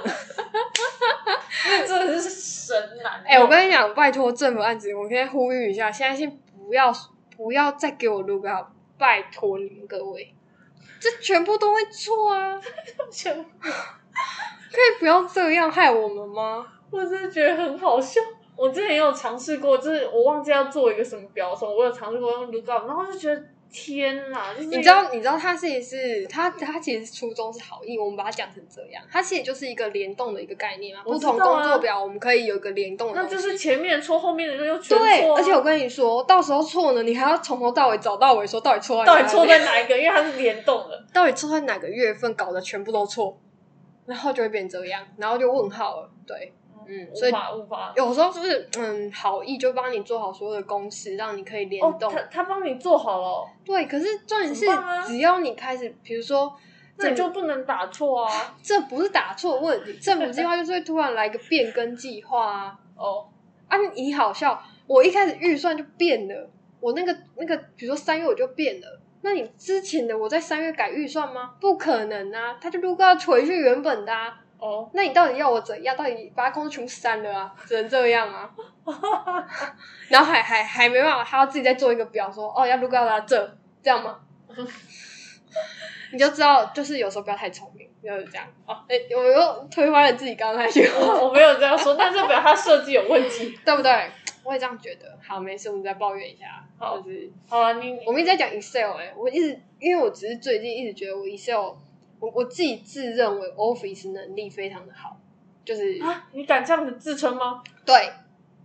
B: 那真的是神难用。
A: 哎、我跟你讲，拜托政府案子，我先呼吁一下，现在先不要不要再给我 look up，拜托你们各位，这全部都会错啊，可
B: 讲，
A: 以不要这样害我们吗？
B: 我真的觉得很好笑。我之前也有尝试过，就是我忘记要做一个什么表手，我有尝试过用 look up，然后就觉得天哪，就是
A: 你知道，你知道他其实是他他其实初衷是好意，我们把它讲成这样，它其实就是一个联动的一个概念嘛，
B: 我
A: 不
B: 知道啊
A: 同工作表我们可以有一个联动的
B: 那
A: 东西
B: 就是前面错，后面的又全错啊、
A: 对，而且我跟你说，到时候错呢，你还要从头到尾找到尾，说到底错在
B: 到
A: 哪
B: 底
A: 里
B: 错在哪一个？因为它是联动的，
A: 到底错在哪个月份搞得全部都错，然后就会变这样，然后就问号了。对，嗯，所
B: 无
A: 以
B: 法无法。
A: 有时候就是嗯，好意就帮你做好所有的公式，让你可以联
B: 哦，
A: 动。
B: 他他帮你做好了哦，
A: 对，可是重点是，
B: 很棒啊
A: 只要你开始，比如说。
B: 那
A: 政
B: 你就不能打错啊。
A: 这不是打错问
B: (laughs)
A: 题，政府计划就是会突然来个变更计划啊！
B: 哦，
A: 啊，你好笑，我一开始预算就变了，我那个那个，比如说三月我就变了，那你之前的我在三月改预算吗？不可能啊，他就如果要回去原本的啊，
B: 哦， (laughs)
A: 那你到底要我怎样？到底把他工作全部删了啊？只能这样
B: (laughs)
A: 啊。然后还还还没办法，他要自己再做一个表说，哦，要录到他这这样
B: (laughs)
A: 吗？你就知道，就是有时候不要太聪明，就是这样。哦，哎、我又推翻了自己刚才那句话，
B: 我我没有这样说，但代表它设计有问题。
A: (laughs) 对不对？我也这样觉得。好，没事，我们再抱怨一下。
B: 好
A: 就是
B: 好啊，你
A: 我们一直在讲 Excel，哎、我一直因为我只是最近一直觉得我 Excel，我我自己自认为 Office 能力非常的好，就是、
B: 啊，你敢这样子自称吗？
A: 对，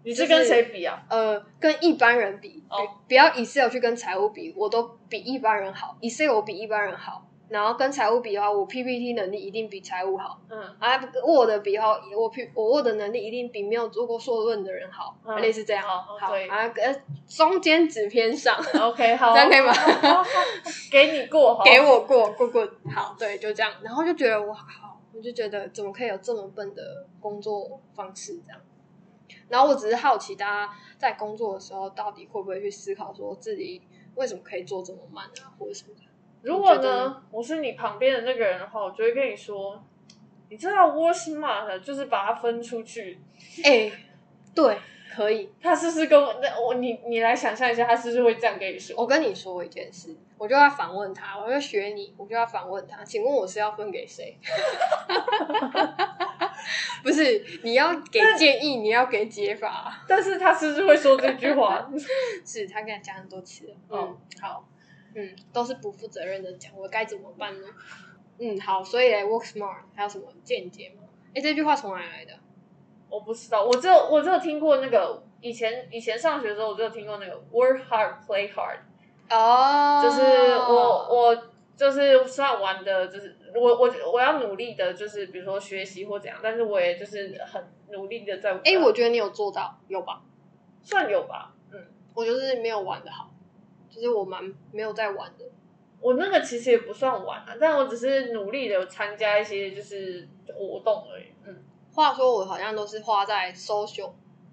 B: 你
A: 就是
B: 是跟谁比啊？
A: 呃，跟一般人比，
B: 哦
A: 比不要 Excel 去跟财务比，我都比一般人好。Excel 我比一般人好，然后跟财务比的话，我 PPT 能力一定比财务好。
B: 嗯，
A: 啊，Word 比的话，我 P 我 Word 的能力一定比没有做过硕论的人好，
B: 嗯
A: 类似这样。
B: 好
A: 好
B: 对
A: 啊，呃，中间只偏上，
B: OK，好，
A: 这样可以吗
B: 好？好好 (laughs) 给你过，好
A: 给我过过过。好，对，就这样。然后就觉得我靠，我就觉得怎么可以有这么笨的工作方式这样。然后我只是好奇，大家在工作的时候到底会不会去思考，说自己为什么可以做这么慢啊，或者什么的？
B: 如果
A: 你觉得呢
B: 呢，我是你旁边的那个人的话，我就会跟你说，你知道 Walmart 就是把它分出去，
A: 哎、对，可以。
B: 他是不是跟我那我你你来想象一下，他是不是会这样跟你说？
A: (laughs) 我跟你说一件事，我就要反问他，我就学你，我就要反问他，请问我是要分给谁？ (laughs) 不是，你要给建议，你要给解法啊、
B: 但是他是不是会说这句话？
A: (laughs) 是他跟他讲很多次了。
B: 嗯
A: 嗯，好，嗯，都是不负责任的讲，我该怎么办呢？嗯，好，所以嘞，work smart 还有什么见解吗？哎，这句话从哪里来的？
B: 我不知道，我只有我只有听过那个以前以前上学的时候，我只有听过那个 work hard play hard，
A: 哦
B: 就是我我就是虽然玩的，就是我我我要努力的，就是比如说学习或怎样，但是我也就是很努力的在玩。
A: 哎，我觉得你有做到，有吧？
B: 算有吧，嗯，
A: 我就是没有玩的好，就是我蛮没有在玩的。
B: 我那个其实也不算晚了、但我只是努力的参加一些就是活动而已。嗯，
A: 话说我好像都是花在 social，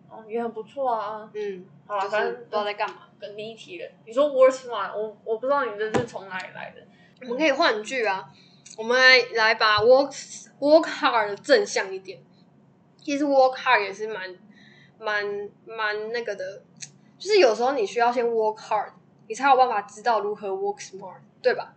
B: 哦，也很不错啊。
A: 嗯，
B: 好了，
A: 就
B: 反
A: 是不
B: 正
A: 知道在干嘛。
B: 跟离题了。你说 words 嘛，我我不知道你这是从哪里来的。
A: 我们可以换句啊，我们来来把 work work hard 正向一点。其实 work hard 也是蛮蛮蛮那个的，就是有时候你需要先 work hard，你才有办法知道如何 work smart，对吧？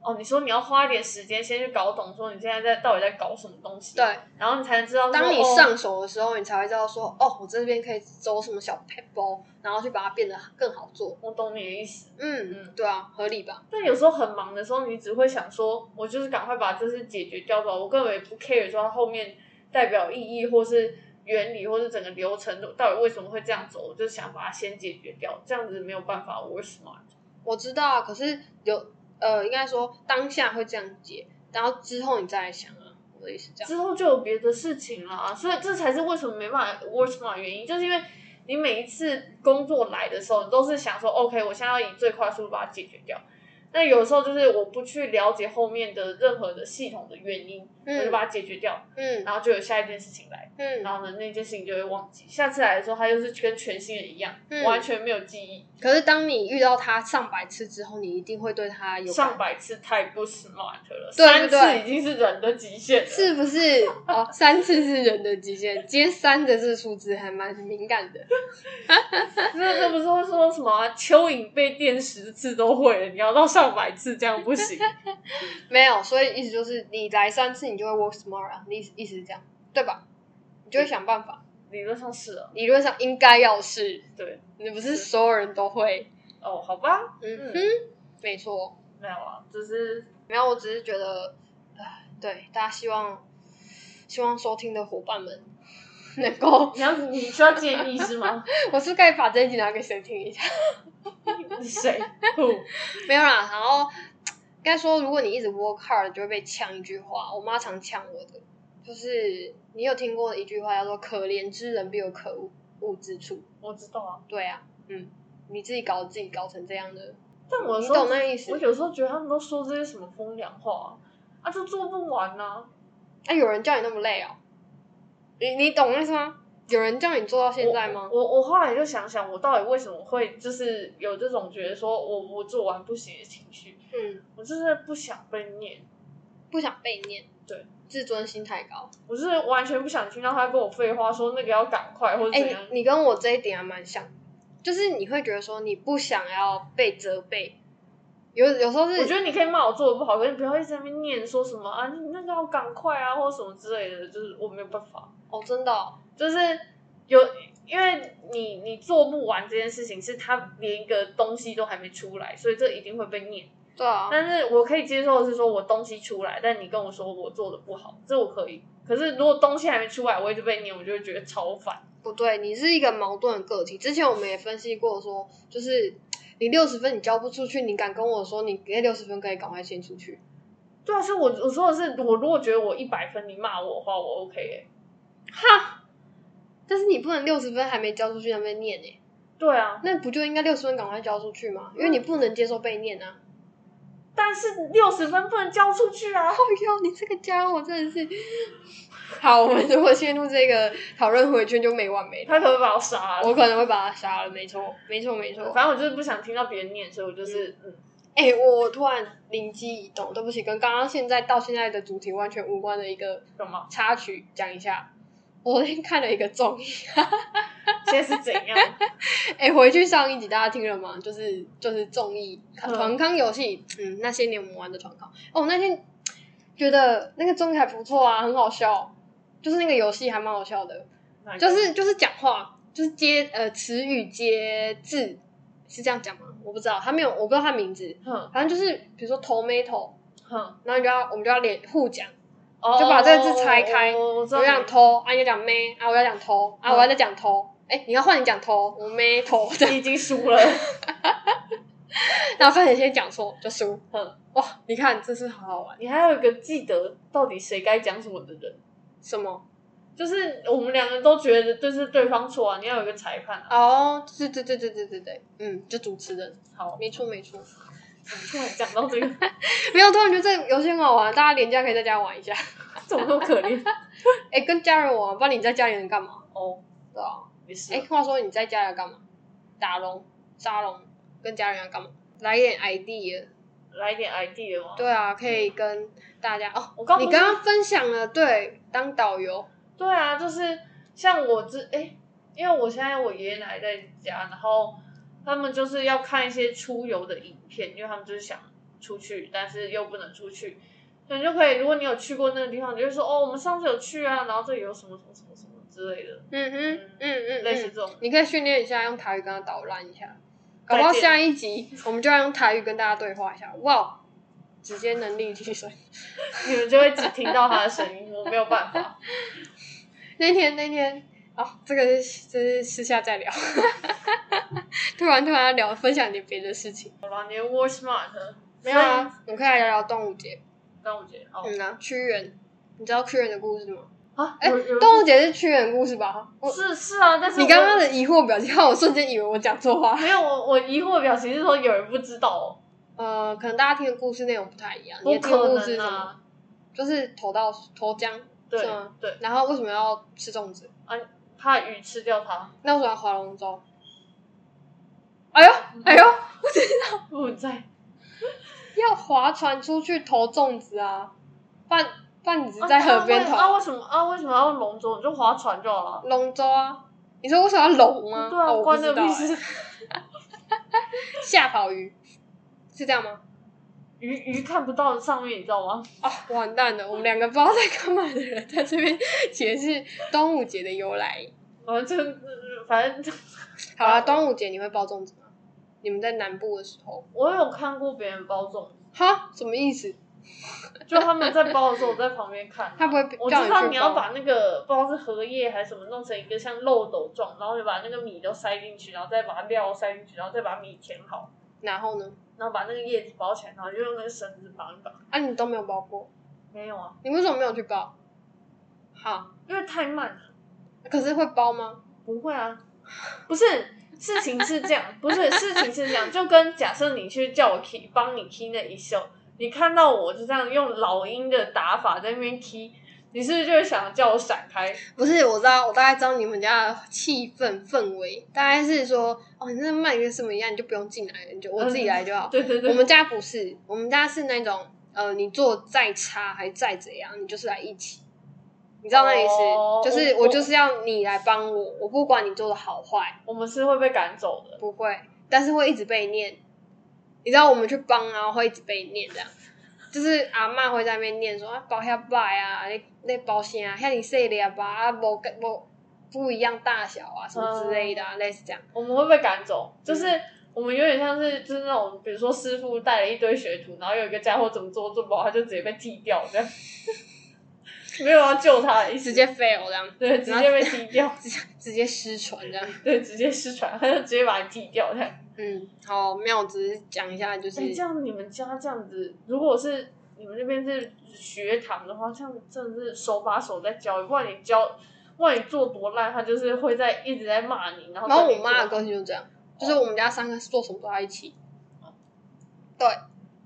B: 哦，你说你要花一点时间先去搞懂，说你现在在到底在搞什么东西，，
A: 对，
B: 然后你才能知道说，
A: 当你
B: 哦
A: 上手的时候，你才会知道说，哦，我这边可以走什么小 p e b l 然后去把它变得更好做。
B: 我懂你的意思。
A: 嗯
B: 嗯，
A: 对啊，合理吧？
B: 但有时候很忙的时候，你只会想说，我就是赶快把这事解决掉吧，我根本也不 care 说它后面代表意义或是原理或是整个流程到底为什么会这样走，我就想把它先解决掉，这样子没有办法 work smart。
A: 我知道啊，可是有呃，应该说当下会这样解，然后之后你再来想啊。我的意思这样。
B: 之后就有别的事情了啊，所以这才是为什么没办法 work smart 的原因，就是因为你每一次工作来的时候，你都是想说 OK，我现在要以最快速度把它解决掉。那有时候就是我不去了解后面的任何的系统的原因，我就
A: 嗯
B: 把它解决掉，
A: 嗯
B: 然后就有下一件事情来。
A: 嗯，
B: 然后呢，那件事情就会忘记。下次来的时候，它又是跟全新的一样，
A: 嗯
B: 完全没有记忆。
A: 可是当你遇到他上百次之后，你一定会对他有
B: 上
A: 百
B: 百次太不 smart 了，
A: 对不对
B: 三次已经是人的极限了。
A: 是不是？哦，三次是人的极限，接三的这数字还蛮敏感的。
B: 那那不是会说什么啊、蚯蚓被电十次都会了，你要到上百次这样不行。 (laughs)
A: 没有，所以意思就是你来三次，你就会 work smart 啊，意思意思是这样，对吧？你就会想办法，
B: 理论上是啊，
A: 理论上应该要是，
B: 对，
A: 你不是所有人都会，
B: 哦，好吧，
A: 嗯
B: 嗯
A: 哼，没错，
B: 没有啊，就是
A: 没有，我只是觉得，唉对大家希望希望收听的伙伴们能够， (laughs)
B: 你要你需要建议是吗？ (laughs)
A: 我是该把这一集拿给谁听一下？
B: 谁？Who？
A: 没有啦，然后应该说，如果你一直 work hard，就会被呛一句话。我妈常呛我的，就是你有听过一句话叫做“可怜之人必有可恶恶之处
B: 我知道啊，”。
A: 对啊，嗯，你自己搞自己搞成这样的，
B: 但我有
A: 你
B: 时候
A: 懂那意思
B: 我有时候觉得他们都说这些什么风凉话啊，啊就做不完呐、啊。
A: 那、哎有人叫你那么累哦？你你懂那意思吗？有人叫你做到现在吗？
B: 我我我后来就想想，我到底为什么会就是有这种觉得说我我做完不行的情绪？
A: 嗯，
B: 我就是不想被念，
A: 不想被念，
B: 对，
A: 自尊心太高。
B: 我是完全不想听到他跟我废话，说那个要赶快或者
A: 哎、
B: 怎样。
A: 你你跟我这一点还蛮像，就是你会觉得说你不想要被责备，有有时候是
B: 我觉得你可以骂我做的不好，可是你不要一直在那边念说什么啊，你那个要赶快啊，或者什么之类的，就是我没有办法，
A: 哦，真的哦、
B: 就是有，因为你你做不完这件事情，是他连一个东西都还没出来，所以这一定会被念。
A: 对啊，
B: 但是我可以接受的是说我东西出来，但你跟我说我做的不好，这我可以。可是如果东西还没出来，我一直被念，我就会觉得超烦。
A: 不对，你是一个矛盾的个体。之前我们也分析过说就是你六十分你交不出去，你敢跟我说你那六十分可以赶快先出去？
B: 对啊，所以我我说的是，我如果觉得我一百分，你骂我的话，我 OK 哎、
A: 但是你不能六十分还没交出去那边念哎、
B: 对啊，
A: 那不就应该六十分赶快交出去吗？因为你不能接受被念啊！ (laughs)
B: 但是六十分不能交出去啊。
A: 哎呦，你这个家伙真的是…… (laughs) 好，我们如果陷入这个讨论回圈就没完没了。
B: 他可不可以把我杀了？
A: 我可能会把他杀了，没错，没错，没错。
B: 反正我就是不想听到别人念，所以我就是嗯，
A: 哎、我我突然灵机一动，对不起，跟刚刚现在到现在的主题完全无关的一个
B: 干嘛？
A: 插曲讲一下。我昨天看了一个综艺， (laughs)
B: 现在是怎样？
A: 哎、回去上一集大家听了吗？就是就是综艺
B: 嗯
A: 团康游戏，嗯，那些年我们玩的团康。哦，我那天觉得那个综艺还不错啊，很好笑，就是那个游戏还蛮好笑的，
B: 哪一个
A: 就是就是讲话，就是接呃词语接字，是这样讲吗？我不知道，他没有，我不知道他名字，
B: 哼
A: 反正就是比如说 tomato，
B: 哼，
A: 然后你就要我们就要连互讲，
B: 哦
A: 就把这个字拆开
B: 我知
A: 我
B: 道
A: 就讲
B: 你
A: 偷，啊你就讲妹，啊我要讲偷，啊
B: 嗯
A: 我要再讲偷，哎、你要换你讲偷，我妹偷，这样，
B: 你已经输了， (laughs)
A: 然后看谁先讲错就输。
B: 哼，
A: 哇，你看这是好好玩，
B: 你还有一个记得到底谁该讲什么的人。
A: 什么？
B: 就是我们两个都觉得就是对方错啊，你要有一个裁判啊。
A: 哦，对对对对对对对，嗯，就主持人，
B: 好，
A: 没错没错，
B: 怎么突然讲到这个， (laughs)
A: 没有，突然觉得这个游戏很好玩，大家连假可以在家玩一下。 (laughs)
B: 怎么那么可怜？
A: 哎、跟家人玩，不然你在家里能干嘛？
B: 哦，
A: 对啊，
B: 也是
A: 哎、。话说你在家里要干嘛？打龙、沙龙，跟家人要干嘛？来一点 idea。
B: 来一点 idea 吗？，
A: 对啊，可以跟大家哦。
B: 我刚不
A: 你
B: 是
A: 刚刚分享了，对，当导游，
B: 对啊，就是像我这哎、因为我现在我爷爷奶奶在家，然后他们就是要看一些出游的影片，因为他们就是想出去，但是又不能出去，所以你就可以，如果你有去过那个地方，你就说哦，我们上次有去啊，然后这里有什么什么什么什么之类的，
A: 嗯哼，嗯嗯，
B: 类似
A: 嗯，
B: 这种。
A: 你可以训练一下，用台语跟他捣乱一下，搞不好
B: 再见
A: 下一集我们就要用台语跟大家对话一下，哇，直接能力提升。
B: 你们就会只听到他的声音，我没有办法。
A: 那天那天，哦，这个是这是私下再聊， (laughs) 突然突然要聊分享一点别的事情，
B: 你的 War Smart
A: 没有啊，我们可以来聊聊端午节，
B: 端午节哦
A: 嗯啊，屈原，你知道屈原的故事吗？
B: 啊，
A: 哎
B: 有有
A: 端午节是屈原的故事吧？我
B: 是是啊，但是
A: 你
B: 我
A: 刚刚的疑惑表情，让我瞬间以为我讲错话。
B: 没有我我疑惑的表情是说有人不知道哦，
A: 呃，可能大家听的故事内容不太一样，你
B: 不
A: 的听的
B: 可
A: 故事是
B: 能
A: 什么？
B: 啊，
A: 就是投到投江，
B: 对
A: 是吗
B: 对，
A: 然后为什么要吃粽子？
B: 怕鱼吃掉它，
A: 那为什么要划龙舟？哎呦哎呦，
B: 不哦在
A: 要划船出去投粽子啊！不然不然你只是在河边投
B: 啊？为什么啊？为什么要用龙舟？你就划船就好了。
A: 龙舟啊？你说为什么要龙吗？
B: 对啊，
A: 哦我不
B: 关那
A: 知
B: 个
A: 道
B: 屁
A: 欸。
B: 事。
A: 吓跑鱼是这样吗？
B: 鱼鱼看不到上面，你知道吗？
A: 啊、完蛋了！我们两个不知道在干嘛的人在这边解释端午节的由来。
B: 然后就反正 (laughs)
A: 好啦，端午节你会包粽子吗？你们在南部的时候，
B: 我有看过别人包粽，
A: 哈，什么意思？
B: 就他们在包的时候，我在旁边看。
A: (laughs) 他不会叫
B: 我
A: 去包？
B: 知道你要把那个不知道是荷叶还是什么弄成一个像漏斗状，然后你把那个米都塞进去，然后再把料塞进去，然后再把米填好，
A: 然后呢？
B: 然后把那个叶子包起来，然后就用那个绳子绑一绑。
A: 啊，你都没有包过，
B: 没有啊，
A: 你为什么没有去包？好，
B: 因为太慢了。
A: 可是会包吗？
B: 不会
A: (laughs)
B: 啊，不是事情是这样，不是事情是这样，就跟假设你去叫我 key 帮你 key 那一宿，你看到我就这样用老鹰的打法在那边 key，你是不是就会想叫我闪开？
A: 不是，我知道，我大概知道你们家的气氛氛围，大概是说，哦，你这卖个什么样，你就不用进来了，你就我自己来就好。
B: 对对对，
A: 我们家不是，我们家是那种，呃，你做再差还再怎样，你就是来一起。你知道那意思
B: 哦
A: 就是
B: 我
A: 我就是要你来帮我，我不管你做的好坏，
B: 我们是会被赶走的。
A: 不会，但是会一直被念。你知道我们去帮，然后会一直被念这样，就是阿嬷会在那边念说啊包遐歹啊，你你包啥，遐你细粒吧，啊无跟无不一样大小啊什么之类的、啊，类似这样。
B: 我们会被赶走，就是
A: 嗯
B: 我们有点像是就是那种，比如说师傅带了一堆学徒，然后有一个家伙怎么做做不好，他就直接被踢掉这样， (laughs) 没有要救他的意思，
A: 直接 fail 这样，
B: 对直接被踢掉，
A: 直接直接失传这样。
B: 对直接失传，他就直接把你踢掉这样。
A: 嗯，好，没有，只是讲一下，就是、
B: 哎、这样你们家这样子，如果是你们那边是学堂的话，这样真的是手把手在教，不管你教。不管你做多烂，他就是会在一直在骂你，然后
A: 然后
B: 哦等你啊哦
A: 我妈的
B: 做
A: 个性就这样，就是我们家三个做什么都在一起。
B: 哦
A: 对，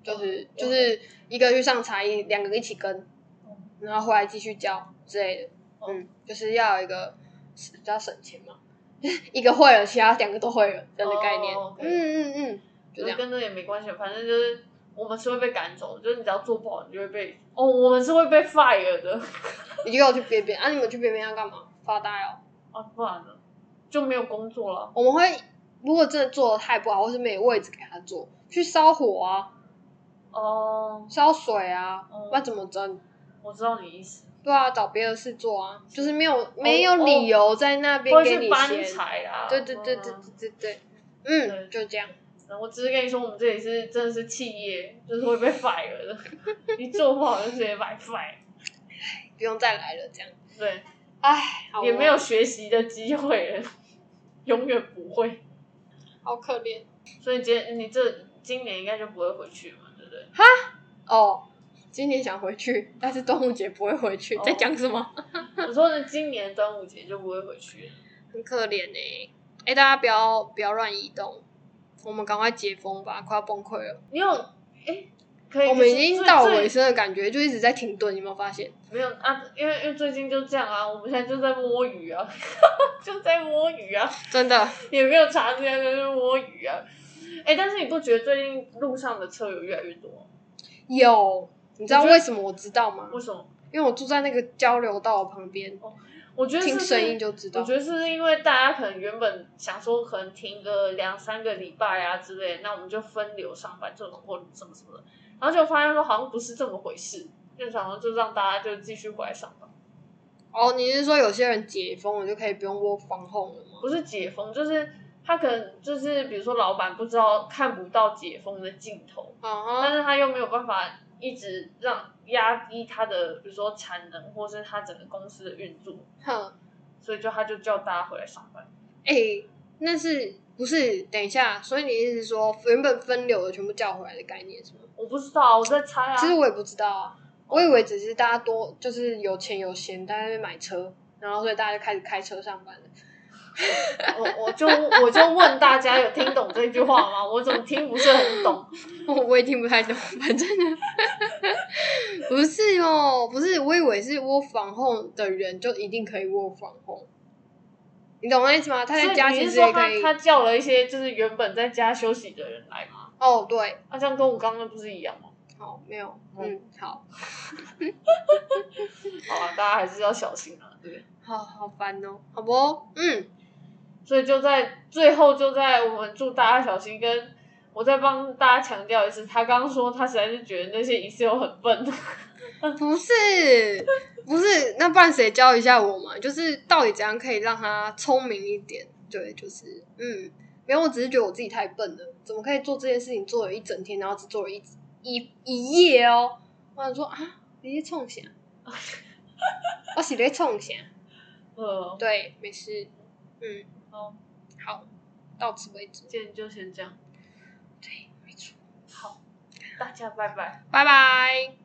A: 就是就是一个去上茶艺，两个一起跟，
B: 哦
A: 然后回来继续教之类的。嗯，就是要有一个比较省钱嘛，一个会了，其他两个都会了这样的概念。
B: 哦
A: 嗯
B: ，OK
A: 嗯嗯，就这
B: 就是
A: 样。
B: 跟这也没关系，反正就是我们是会被赶走，就是你只要做不好，你就会被哦，我们是会被 fire 的
A: 你就给我去边边啊！你们去边边要干嘛？发呆哦。
B: 啊，不然呢就没有工作了。
A: 我们会如果真的做的太不好，或是没有位置给他做，去烧火啊，
B: 哦，
A: 烧水啊
B: 哦，
A: 那怎么蒸？
B: 我知道你意思，
A: 对啊，找别的事做啊，就是没有没有理由在那边
B: 哦或者
A: 给
B: 是
A: 你
B: 搬
A: 闲。
B: 柴啊，
A: 对对对对对对对，嗯，
B: 对
A: 就这样。
B: 嗯。我只是跟你说，我们这里是真的是企业，就是会被 fire 的， (laughs) 你做不好就直接被 fire，
A: 不用再来了，这样。
B: 对，
A: 唉，好
B: 也
A: 哦
B: 没有学习的机会了，永远不会。
A: 好可怜
B: 所以今天你这今年应该就不会回去嘛，对不对？
A: 哦。今年想回去，但是端午节不会回去，
B: 哦
A: 在讲什么？ (laughs)
B: 我说的今年端午节就不会回去了。
A: 很可怜呢、哎、大家不要不要乱移动，我们赶快解封吧，快要崩溃了。
B: 你有哎，可以，
A: 我们已
B: 就是
A: 经
B: 最
A: 到
B: 最
A: 尾声的感觉，就一直在停顿，你有没有发现？
B: 没有啊？因为因为最近就这样啊，我们现在就在摸鱼啊， (laughs) 就在摸鱼啊，
A: 真的，
B: 也没有查资料，就是摸鱼啊。哎，但是你不觉得最近路上的车有越来越多？
A: 有，你知道
B: 我觉得
A: 为什么我知道吗？
B: 为什么？
A: 因为我住在那个交流道旁边，
B: 我觉得
A: 听
B: 是
A: 声音。就知
B: 我
A: 道
B: 觉。得是不是因为大家可能原本想说可能停个两三个礼拜啊之类的，那我们就分流上班，就能或什么什么的。然后就发现说好像不是这么回事，就想说就让大家就继续回来上班，
A: 哦，你是说有些人解封了就可以不用 work from home 了吗？
B: 不是解封，就是他可能就是比如说老板不知道看不到解封的尽头，
A: 啊哈，
B: 但是他又没有办法一直让压低他的，比如说产能或是他整个公司的运作，
A: 嗯哼，
B: 所以就他就叫大家回来上班。
A: 哎、那是不是？等一下，所以你意思是说原本分流的全部叫回来的概念是吗？
B: 我不知道，我在猜啊。
A: 其实我也不知道啊，我以为只是大家多就是有钱有闲，大家在那边买车，然后所以大家就开始开车上班了。
B: 我我就我就问大家有听懂这句话吗？我怎么听不是很懂？
A: 我我也听不太懂，反正呢，不是哦，不是，我以为是 work from home 的人就一定可以 work from home，你懂我意思吗？ (laughs) 他在家
B: 所以
A: 其
B: 你
A: 实
B: 是说
A: 也
B: 他
A: 可以。
B: 他叫了一些就是原本在家休息的人来吗？
A: 哦，对，
B: 那、这样跟我刚刚不是一样吗？
A: 好，没有，
B: 嗯
A: 嗯，好，
B: 好啊，大家还是要小心啊，对不对？
A: 好好烦哦，好不好？嗯，
B: 所以就在最后，就在我们祝大家小心跟。我再帮大家强调一次，他刚刚说他实在是觉得那些 Excel 很笨， (laughs)
A: 不是，不是，那不然谁教一下我嘛？就是到底怎样可以让他聪明一点？对，就是，嗯，没有，我只是觉得我自己太笨了，怎么可以做这件事情做了一整天，然后只做了一一一夜哦？我想说啊，你在冲啥？ (laughs) 我是在冲啥？
B: 呃，
A: 对，没事，嗯，
B: 好，
A: 好，到此为止，
B: 今天就先这样，
A: 对，没错，
B: 好，大家拜拜。
A: 拜拜。